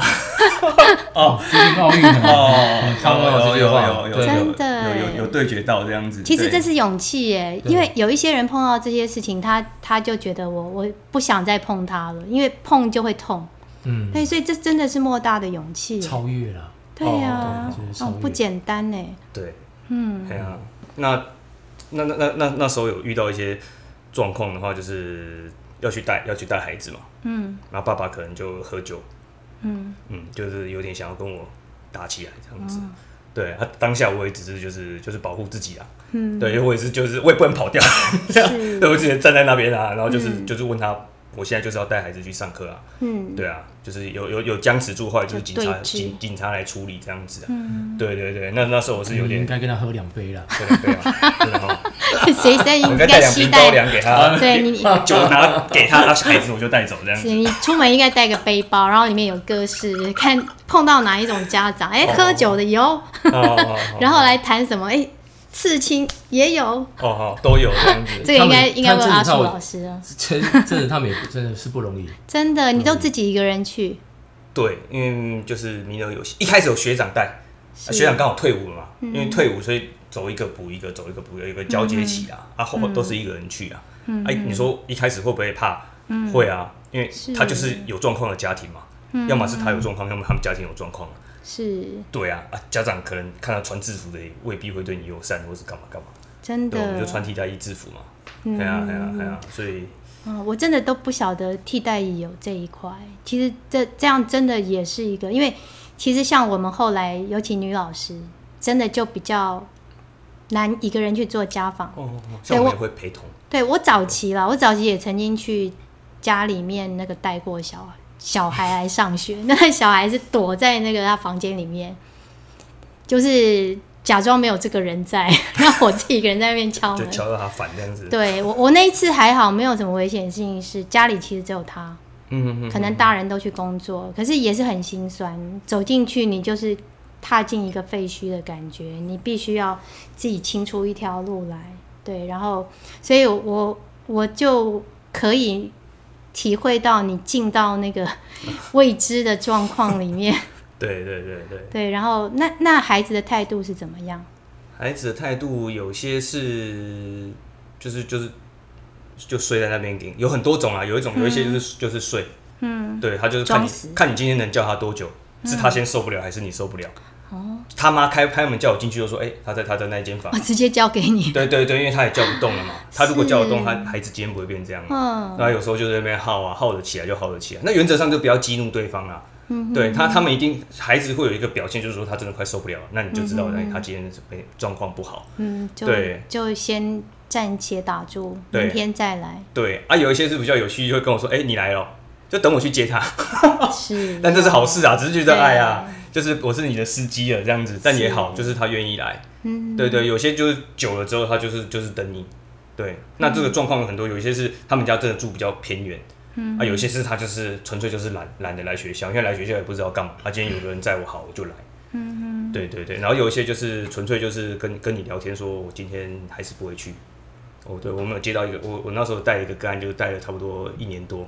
[SPEAKER 2] 哦，最近奥运哦，差不多这句话对
[SPEAKER 1] 有真的
[SPEAKER 3] 有有有对决到这样子，
[SPEAKER 1] 其实
[SPEAKER 3] 对
[SPEAKER 1] 这是勇气耶，因为有一些人碰到这些事情，他他就觉得我我不想再碰它了，因为碰就会痛，
[SPEAKER 2] 嗯，
[SPEAKER 1] 对，所以这真的是莫大的勇气耶，
[SPEAKER 2] 超越了，
[SPEAKER 1] 对呀、啊
[SPEAKER 2] 哦对这是，超
[SPEAKER 1] 哦
[SPEAKER 2] 越，
[SPEAKER 1] 不简单
[SPEAKER 3] (laughs)
[SPEAKER 1] 呢，
[SPEAKER 3] 对，嗯，对啊，那那那那那那时候有遇到一些状况的话，就是要去带要去带孩子嘛，嗯，然后爸爸可能就喝酒，嗯哦嗯，就是有点想要跟我打起来这样子。对，他、当下我也只是就是就是保护自己啊，嗯，对，因为我也是就是我也不能跑掉， (laughs) 这样，对我只能站在那边啊，然后就是、就是问他，我现在就是要带孩子去上课啊，
[SPEAKER 1] 嗯，
[SPEAKER 3] 对啊，就是有有有僵持住，后来就是警察
[SPEAKER 1] 就对峙
[SPEAKER 3] 警警察来处理这样子啊，对对对，那那时候我是有
[SPEAKER 2] 你
[SPEAKER 3] 点
[SPEAKER 1] 嗯
[SPEAKER 2] 应该跟他喝两杯了。
[SPEAKER 3] 真的非
[SPEAKER 1] (laughs)
[SPEAKER 3] 常，真的哦，
[SPEAKER 1] 谁谁
[SPEAKER 3] 我
[SPEAKER 1] 应
[SPEAKER 3] 应该带
[SPEAKER 1] 该
[SPEAKER 3] 两
[SPEAKER 1] 期
[SPEAKER 3] 瓶高
[SPEAKER 1] 待，
[SPEAKER 3] 粱给他，
[SPEAKER 1] 对你。
[SPEAKER 3] (laughs) 酒拿给他，他孩子我就带走这样
[SPEAKER 1] 是
[SPEAKER 3] 子。
[SPEAKER 1] 你出门应该带个背包，然后里面有各式，看碰到哪一种家长，哎、
[SPEAKER 3] 哦
[SPEAKER 1] 喝酒的有，
[SPEAKER 3] 哦
[SPEAKER 1] 然后来谈什么，哎、刺青也有，
[SPEAKER 3] 哦哦，都有这样子。
[SPEAKER 1] 这个应该
[SPEAKER 2] 他们
[SPEAKER 1] 应该问阿
[SPEAKER 2] 他们正
[SPEAKER 1] 树
[SPEAKER 2] 常
[SPEAKER 1] 老师啊，
[SPEAKER 2] 真真的，他们也不真的是不容易。
[SPEAKER 1] 真的，你都
[SPEAKER 3] 嗯
[SPEAKER 1] 自己一个人去，
[SPEAKER 3] 对，因为就是名额有限，一开始有学长带，
[SPEAKER 1] 是嗯
[SPEAKER 3] 学长刚好退伍了嘛，因为退伍所以走一个补一个，走一个补一个，有个交接期
[SPEAKER 1] 嗯
[SPEAKER 3] 啊，啊后都是一个人去啊。哎，你说一开始会不会怕？会啊，因为
[SPEAKER 1] 嗯是嗯
[SPEAKER 3] 他就是有状况的家庭嘛，要么是他有状况，要么他们家庭有状况啊。
[SPEAKER 1] 是
[SPEAKER 3] 对啊，啊家长可能看到穿制服的也未必会对你友善，或是干嘛干嘛。
[SPEAKER 1] 真
[SPEAKER 3] 对，我们
[SPEAKER 1] 的
[SPEAKER 3] 就，穿替代衣制服嘛。对啊，对啊，对啊，所以
[SPEAKER 1] 嗯，我真的都不晓得替代役有这一块，其实这这样真的也是一个，因为其实像我们后来，尤其女老师，真的就比较难一个人去做家访。
[SPEAKER 3] 哦，
[SPEAKER 1] 对
[SPEAKER 3] 像我
[SPEAKER 1] 我
[SPEAKER 3] 们也会陪同，
[SPEAKER 1] 对我早期啦，我早期也曾经去家里面那个带过小小孩来上学， (laughs) 那个小孩是躲在那个他房间里面，就是假装没有这个人在， (laughs) 然后我自己一个人在那边敲
[SPEAKER 3] 就
[SPEAKER 1] 门。
[SPEAKER 3] 敲到他反这样子。
[SPEAKER 1] 哦哎对我，我那一次还好，没有什么危险性，是家里其实只有他，
[SPEAKER 3] 嗯，嗯嗯，
[SPEAKER 1] 可能大人都去工作，可是也是很心酸。走进去，你就是踏进一个废墟的感觉，你必须要自己清出一条路来。对，然后，所以我我就可以体会到你进到那个 (laughs) 未知的状况里面。
[SPEAKER 3] 对对对对，
[SPEAKER 1] 对，然后那那孩子的态度是怎么
[SPEAKER 3] (laughs)
[SPEAKER 1] 样？
[SPEAKER 3] 孩子的态度有些是就是就是就睡在那边给你，有很多种啊，有一种有一些就是就是睡，嗯，对他就是看
[SPEAKER 1] 装
[SPEAKER 3] 你
[SPEAKER 1] 死
[SPEAKER 3] 看你今天能叫他多久，是他先受不了还是你受不了？哦，他妈开开门叫我进去就说，哎，他在他在那间房
[SPEAKER 1] 我，直接交给你。
[SPEAKER 3] (laughs) 对对对，因为他也叫不动
[SPEAKER 1] (laughs)
[SPEAKER 3] 了嘛。他如果叫得动，
[SPEAKER 1] 是
[SPEAKER 3] 他孩子今天不会变这样嘛
[SPEAKER 1] 嗯。
[SPEAKER 3] 那、有时候就在那边耗啊，耗得起来就耗得起来。那原则上就不要激怒对方啦。
[SPEAKER 1] 嗯
[SPEAKER 3] 对他，他们一定孩子会有一个表现，就是说他真的快受不了了，那你就知道，哎、他今天是没状况不好。
[SPEAKER 1] 嗯，就
[SPEAKER 3] 对
[SPEAKER 1] 就先暂且打住，
[SPEAKER 3] 对
[SPEAKER 1] 明天再来。
[SPEAKER 3] 对啊，有一些是比较有趣，就会跟我说，哎、你来了，就等我去接他。
[SPEAKER 1] 是，
[SPEAKER 3] 哦但这是好事啊，只是觉
[SPEAKER 1] 对
[SPEAKER 3] 得哎呀，就是我是你的司机了这样子，但也好，就是他愿意来。嗯，对对，有些就是久了之后，他就是就是等你。对，那这个状况有很多，有一些是他们家真的住比较偏远，嗯啊，有些是他啊就是纯粹就是懒懒得来学校，因为来学校也不知道干嘛，他、今天有个人载我好，我就来。嗯对对对，然后有一些就是纯粹就是跟跟你聊天，说我今天还是不会去。哦，对，我们有接到一个，我我那时候带一个个案，就带了差不多一年多，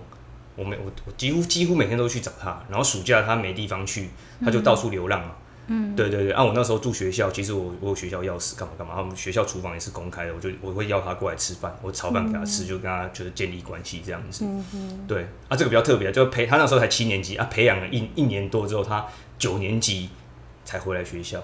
[SPEAKER 3] 我每我我几乎几乎每天都去找他，然后暑假他没地方去，他就到处流浪嘛。嗯，对对对，啊，我那时候住学校，其实我我有学校钥匙干嘛干嘛，啊我们学校厨房也是公开的，我就我会要他过来吃饭，我炒饭给他吃，就跟他就是建立关系这样子。对啊，这个比较特别，就培他那时候才七年级啊，培养了一一年多之后，他九年级才回来学校，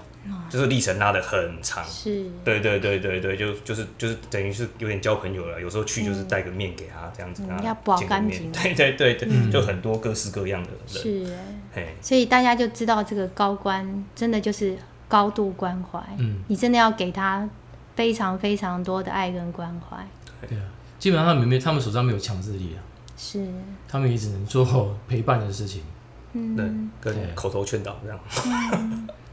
[SPEAKER 3] 就是历程拉得很长。
[SPEAKER 1] 是
[SPEAKER 3] 对对对对对，就就是就是等于是有点交朋友了，有时候去就是带个面给他这样子，
[SPEAKER 1] 嗯
[SPEAKER 3] 跟他
[SPEAKER 1] 要保
[SPEAKER 3] 见个面 (laughs)
[SPEAKER 1] 干净啊
[SPEAKER 3] 对对对对，就很多各式各样的人，
[SPEAKER 1] 是哎。
[SPEAKER 3] 嘿，
[SPEAKER 1] 所以大家就知道这个高官真的就是高度关怀，
[SPEAKER 2] 嗯，
[SPEAKER 1] 你真的要给他非常非常多的爱跟关怀，
[SPEAKER 2] 对啊，基本上他们没有，他们手上没有强制力啊，
[SPEAKER 1] 是
[SPEAKER 2] 他们也只能做陪伴的事情。
[SPEAKER 3] 对，
[SPEAKER 1] 嗯
[SPEAKER 2] 对
[SPEAKER 3] 跟口头劝导这样。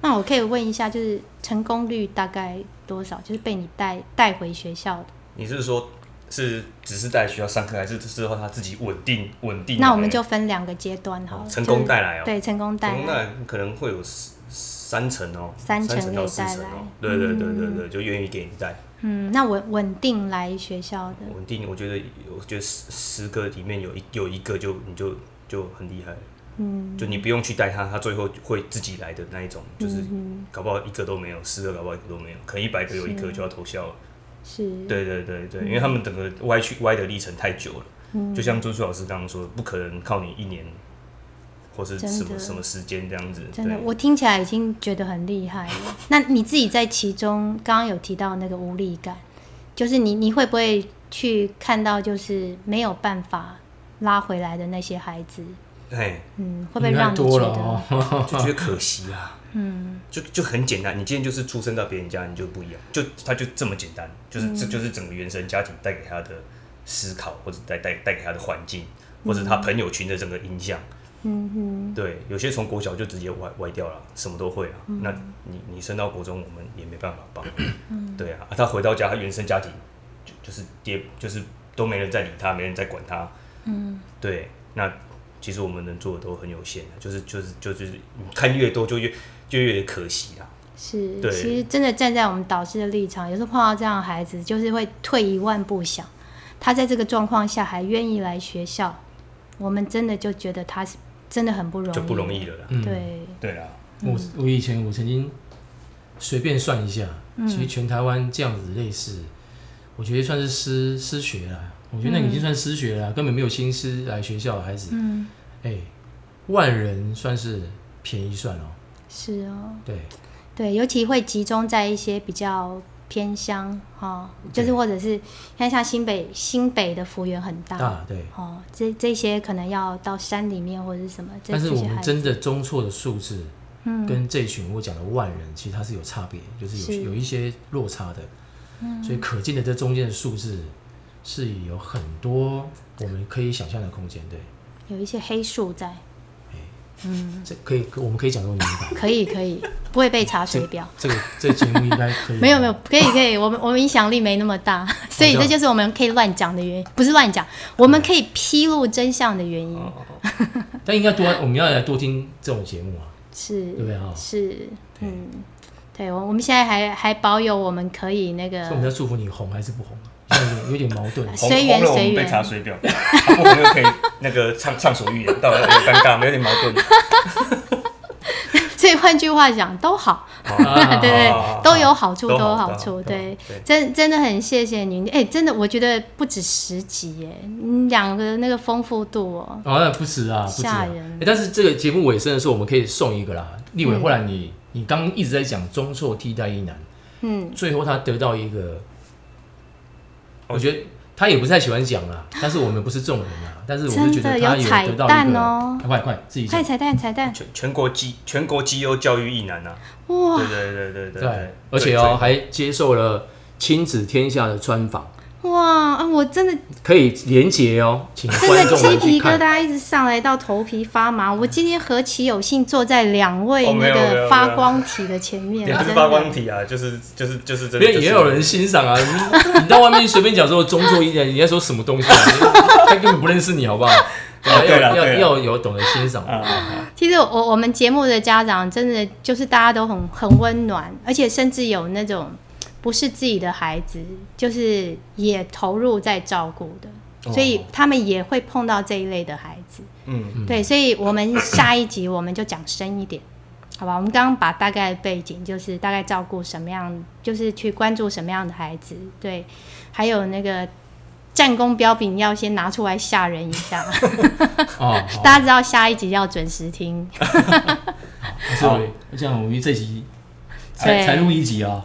[SPEAKER 1] 那我可以问一下，就是成功率大概多少？就是被你带带回学校的，
[SPEAKER 3] 你是说，是只是带学校上课，还是之后他自己稳定稳定？
[SPEAKER 1] 那我们就分两个阶段好
[SPEAKER 3] 哦
[SPEAKER 1] 了。
[SPEAKER 3] 成功带
[SPEAKER 1] 就
[SPEAKER 3] 来
[SPEAKER 1] 是
[SPEAKER 3] 哦
[SPEAKER 1] 对，成功带
[SPEAKER 3] 成功带
[SPEAKER 1] 来，
[SPEAKER 3] 来可能会有三三成哦，
[SPEAKER 1] 三成
[SPEAKER 3] 成到
[SPEAKER 1] 可以
[SPEAKER 3] 四
[SPEAKER 1] 带
[SPEAKER 3] 成哦
[SPEAKER 1] 来，
[SPEAKER 3] 对对对对对，就愿意给你带。
[SPEAKER 1] 嗯，那稳稳定来学校的，
[SPEAKER 3] 稳定，我觉得，我觉得十十个里面有一有一个就你就就很厉害了，嗯，就你不用去带他，他最后会自己来的那一种，
[SPEAKER 1] 嗯
[SPEAKER 3] 就是搞不好一个都没有，十个搞不好一个都没有，可能一百个有一个就要投效了。
[SPEAKER 1] 是
[SPEAKER 3] 对对对
[SPEAKER 1] 嗯
[SPEAKER 3] 对，因为他们整个歪曲歪的历程太久了，就像朱苏老师刚刚说，的，不可能靠你一年或是
[SPEAKER 1] 真
[SPEAKER 3] 什么
[SPEAKER 1] 的
[SPEAKER 3] 什么时间这样子，
[SPEAKER 1] 真的，
[SPEAKER 3] 对
[SPEAKER 1] 我听起来已经觉得很厉害了。 (laughs) 那你自己在其中，刚刚有提到那个无力感，就是你你会不会去看到，就是没有办法拉回来的那些孩子，
[SPEAKER 3] 哎，
[SPEAKER 1] 嗯， (laughs) 会不会
[SPEAKER 2] 应该
[SPEAKER 1] 让你
[SPEAKER 2] 多
[SPEAKER 1] 觉
[SPEAKER 2] 了
[SPEAKER 1] 得？
[SPEAKER 2] 哦？
[SPEAKER 3] 就觉得可惜啊。 (laughs) 嗯，就就很简单，你今天就是出生到别人家，你就不一样，就他就这么简单，就是、这就是整个原生家庭带给他的思考，或者带带带给他的环境，或者他朋友群的整个影响。嗯嗯哼，对，有些从国小就直接歪歪掉了，什么都会啊。那你你升到国中，我们也没办法 (clears throat) 帮。对啊，啊他回到家，他原生家庭就就是爹，就是都没人在理他，没人在管他。嗯，对，那其实我们能做的都很有限，啊就是就是就是你看越多就越就越可惜啊啦。
[SPEAKER 1] 是，
[SPEAKER 3] 对
[SPEAKER 1] 其实真的站在我们导师的立场，有时候碰到这样的孩子，就是会退一万步想，他在这个状况下还愿意来学校，我们真的就觉得他是真的很不容易，
[SPEAKER 3] 就不容易了啦。
[SPEAKER 2] 嗯
[SPEAKER 1] 对，
[SPEAKER 3] 对啊啦，
[SPEAKER 2] 我我以前我曾经随便算一下，
[SPEAKER 1] 嗯
[SPEAKER 2] 其实全台湾这样子类似，我觉得算是失失学了。我觉得那个已经算失学了，根本没有心思来学校的孩子。
[SPEAKER 1] 嗯，
[SPEAKER 2] 哎、万人算是便宜算哦。
[SPEAKER 1] 是哦。
[SPEAKER 2] 对，
[SPEAKER 1] 对，尤其会集中在一些比较偏乡哈、哦，就是或者是看像新北新北的幅员很大
[SPEAKER 2] 大对。
[SPEAKER 1] 哦，这这些可能要到山里面或者是什么，这
[SPEAKER 2] 但是
[SPEAKER 1] 这
[SPEAKER 2] 我
[SPEAKER 1] 些
[SPEAKER 2] 们
[SPEAKER 1] 还
[SPEAKER 2] 真的中错的数字，跟这群我讲的万人，其实它是有差别，就是有
[SPEAKER 1] 是嗯
[SPEAKER 2] 有一些落差的。所以可见的这中间的数字是有很多我们可以想象的空间，对，
[SPEAKER 1] 有一些黑数在，嗯
[SPEAKER 2] 这可以，我们可以讲得明白。
[SPEAKER 1] 可以可以，不会被查水
[SPEAKER 2] (laughs)
[SPEAKER 1] 表。。
[SPEAKER 2] 这个这个节目应该可以
[SPEAKER 1] 没有没有，，可以可以，我们我们影响力没那么大，所以
[SPEAKER 2] 哦这
[SPEAKER 1] 这
[SPEAKER 2] 样
[SPEAKER 1] 就是我们可以乱讲的原因，不是乱讲，我们可以披露真相的原因、
[SPEAKER 2] 哦但应该多，我们要来多听这种节目啊，
[SPEAKER 1] 是
[SPEAKER 2] 对不对啊？所
[SPEAKER 1] 是嗯，对，我我们现在还还保有我们可以那
[SPEAKER 2] 以
[SPEAKER 1] 个
[SPEAKER 2] 我们要祝福你红还是不红，有点有点矛盾。啊
[SPEAKER 1] 随缘
[SPEAKER 3] 了我
[SPEAKER 1] 随
[SPEAKER 3] 们
[SPEAKER 1] 缘
[SPEAKER 3] 被查水表， (laughs) 他不红又可以那个 (laughs) 畅畅所欲言，到了有点尴尬，有点矛盾。
[SPEAKER 1] 所以换句话讲，都好，
[SPEAKER 3] 啊
[SPEAKER 1] (laughs) 对对
[SPEAKER 3] 好好好，
[SPEAKER 1] 都有好处，都
[SPEAKER 3] 都好
[SPEAKER 1] 有
[SPEAKER 3] 都
[SPEAKER 1] 好
[SPEAKER 3] 好
[SPEAKER 1] 处，
[SPEAKER 3] 都好
[SPEAKER 1] 对
[SPEAKER 3] 对，
[SPEAKER 1] 真真的很谢谢您，哎，真的，我觉得不止十集耶，你两个那个丰富度哦，
[SPEAKER 2] 哦，那不止啊，不止
[SPEAKER 1] 吓
[SPEAKER 2] 啊
[SPEAKER 1] 人！
[SPEAKER 2] 诶但是这个节目尾声的时候，我们可以送一个啦。立伟，后来你、你刚刚一直在讲中错替代一男，
[SPEAKER 1] 嗯，
[SPEAKER 2] 最后他得到一个，我觉得他也不太喜欢讲啦，但是我们不是这种人啊，但是我就觉
[SPEAKER 1] 真的
[SPEAKER 2] 得他
[SPEAKER 1] 有
[SPEAKER 2] 有
[SPEAKER 1] 彩
[SPEAKER 2] 得到一
[SPEAKER 1] 蛋
[SPEAKER 2] 个，啊
[SPEAKER 1] 哦
[SPEAKER 2] 快快自己
[SPEAKER 1] 快
[SPEAKER 2] 讲，
[SPEAKER 1] 彩蛋彩蛋，
[SPEAKER 3] 全全国基全国基优教育一难啊，
[SPEAKER 1] 哇
[SPEAKER 3] 对对对对对
[SPEAKER 2] 对，而且哦，，还接受了亲子天下的专访，
[SPEAKER 1] 哇，啊我真的
[SPEAKER 2] 可以连结哦，请
[SPEAKER 1] 真
[SPEAKER 2] 观
[SPEAKER 1] 的
[SPEAKER 2] 众
[SPEAKER 1] 鸡
[SPEAKER 2] 们去
[SPEAKER 1] 皮疙
[SPEAKER 2] 看。
[SPEAKER 1] 瘩一直上来到头皮发麻，我今天何其有幸坐在两位
[SPEAKER 3] 哦
[SPEAKER 1] 那
[SPEAKER 3] 没有没有
[SPEAKER 1] 个
[SPEAKER 3] 没
[SPEAKER 1] 发
[SPEAKER 3] 有
[SPEAKER 1] 光体的前面，
[SPEAKER 3] 两只
[SPEAKER 1] 真
[SPEAKER 3] 发
[SPEAKER 1] 的
[SPEAKER 3] 光体啊，就是就是就是真的
[SPEAKER 2] 也
[SPEAKER 3] 就是
[SPEAKER 2] 也有人欣赏啊！ (laughs) (laughs) 你你到外面随便讲说中错一男，人家说什么东西、啊？他根本不认识你，好不好？要
[SPEAKER 3] 对啦
[SPEAKER 2] 要要
[SPEAKER 3] 对啦
[SPEAKER 2] 要有懂得欣赏，哦
[SPEAKER 3] 啊，
[SPEAKER 1] 其实我我们节目的家长真的就是大家都很很温暖，而且甚至有那种不是自己的孩子，就是也投入在照顾的，
[SPEAKER 3] 哦
[SPEAKER 1] 所以他们也会碰到这一类的孩子。
[SPEAKER 3] 嗯，
[SPEAKER 1] 对，所以我们下一集我们就讲深一点，好吧？我们刚刚把大概的背景，就是大概照顾什么样，就是去关注什么样的孩子，对，还有那个战功标炳要先拿出来吓人一
[SPEAKER 3] (laughs)
[SPEAKER 1] 下，
[SPEAKER 2] 哦，好
[SPEAKER 1] 大家知道下一集要准时听，
[SPEAKER 2] 所以这样我们这集才
[SPEAKER 1] 对
[SPEAKER 2] 才录一集啊，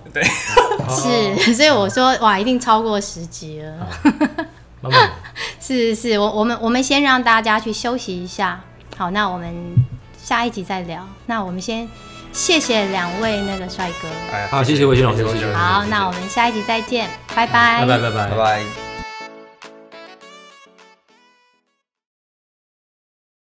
[SPEAKER 1] 是， (laughs) 所以我说哇，一定超过十集了，
[SPEAKER 2] 慢慢来
[SPEAKER 1] 是是，我我们我们先让大家去休息一下，好，那我们下一集再聊，那我们先谢谢两位那个帅哥。
[SPEAKER 3] 哎，
[SPEAKER 2] 好谢谢魏轩老师谢谢
[SPEAKER 1] 好，那我们下一集再见，拜
[SPEAKER 2] 拜拜拜拜
[SPEAKER 4] 拜。拜。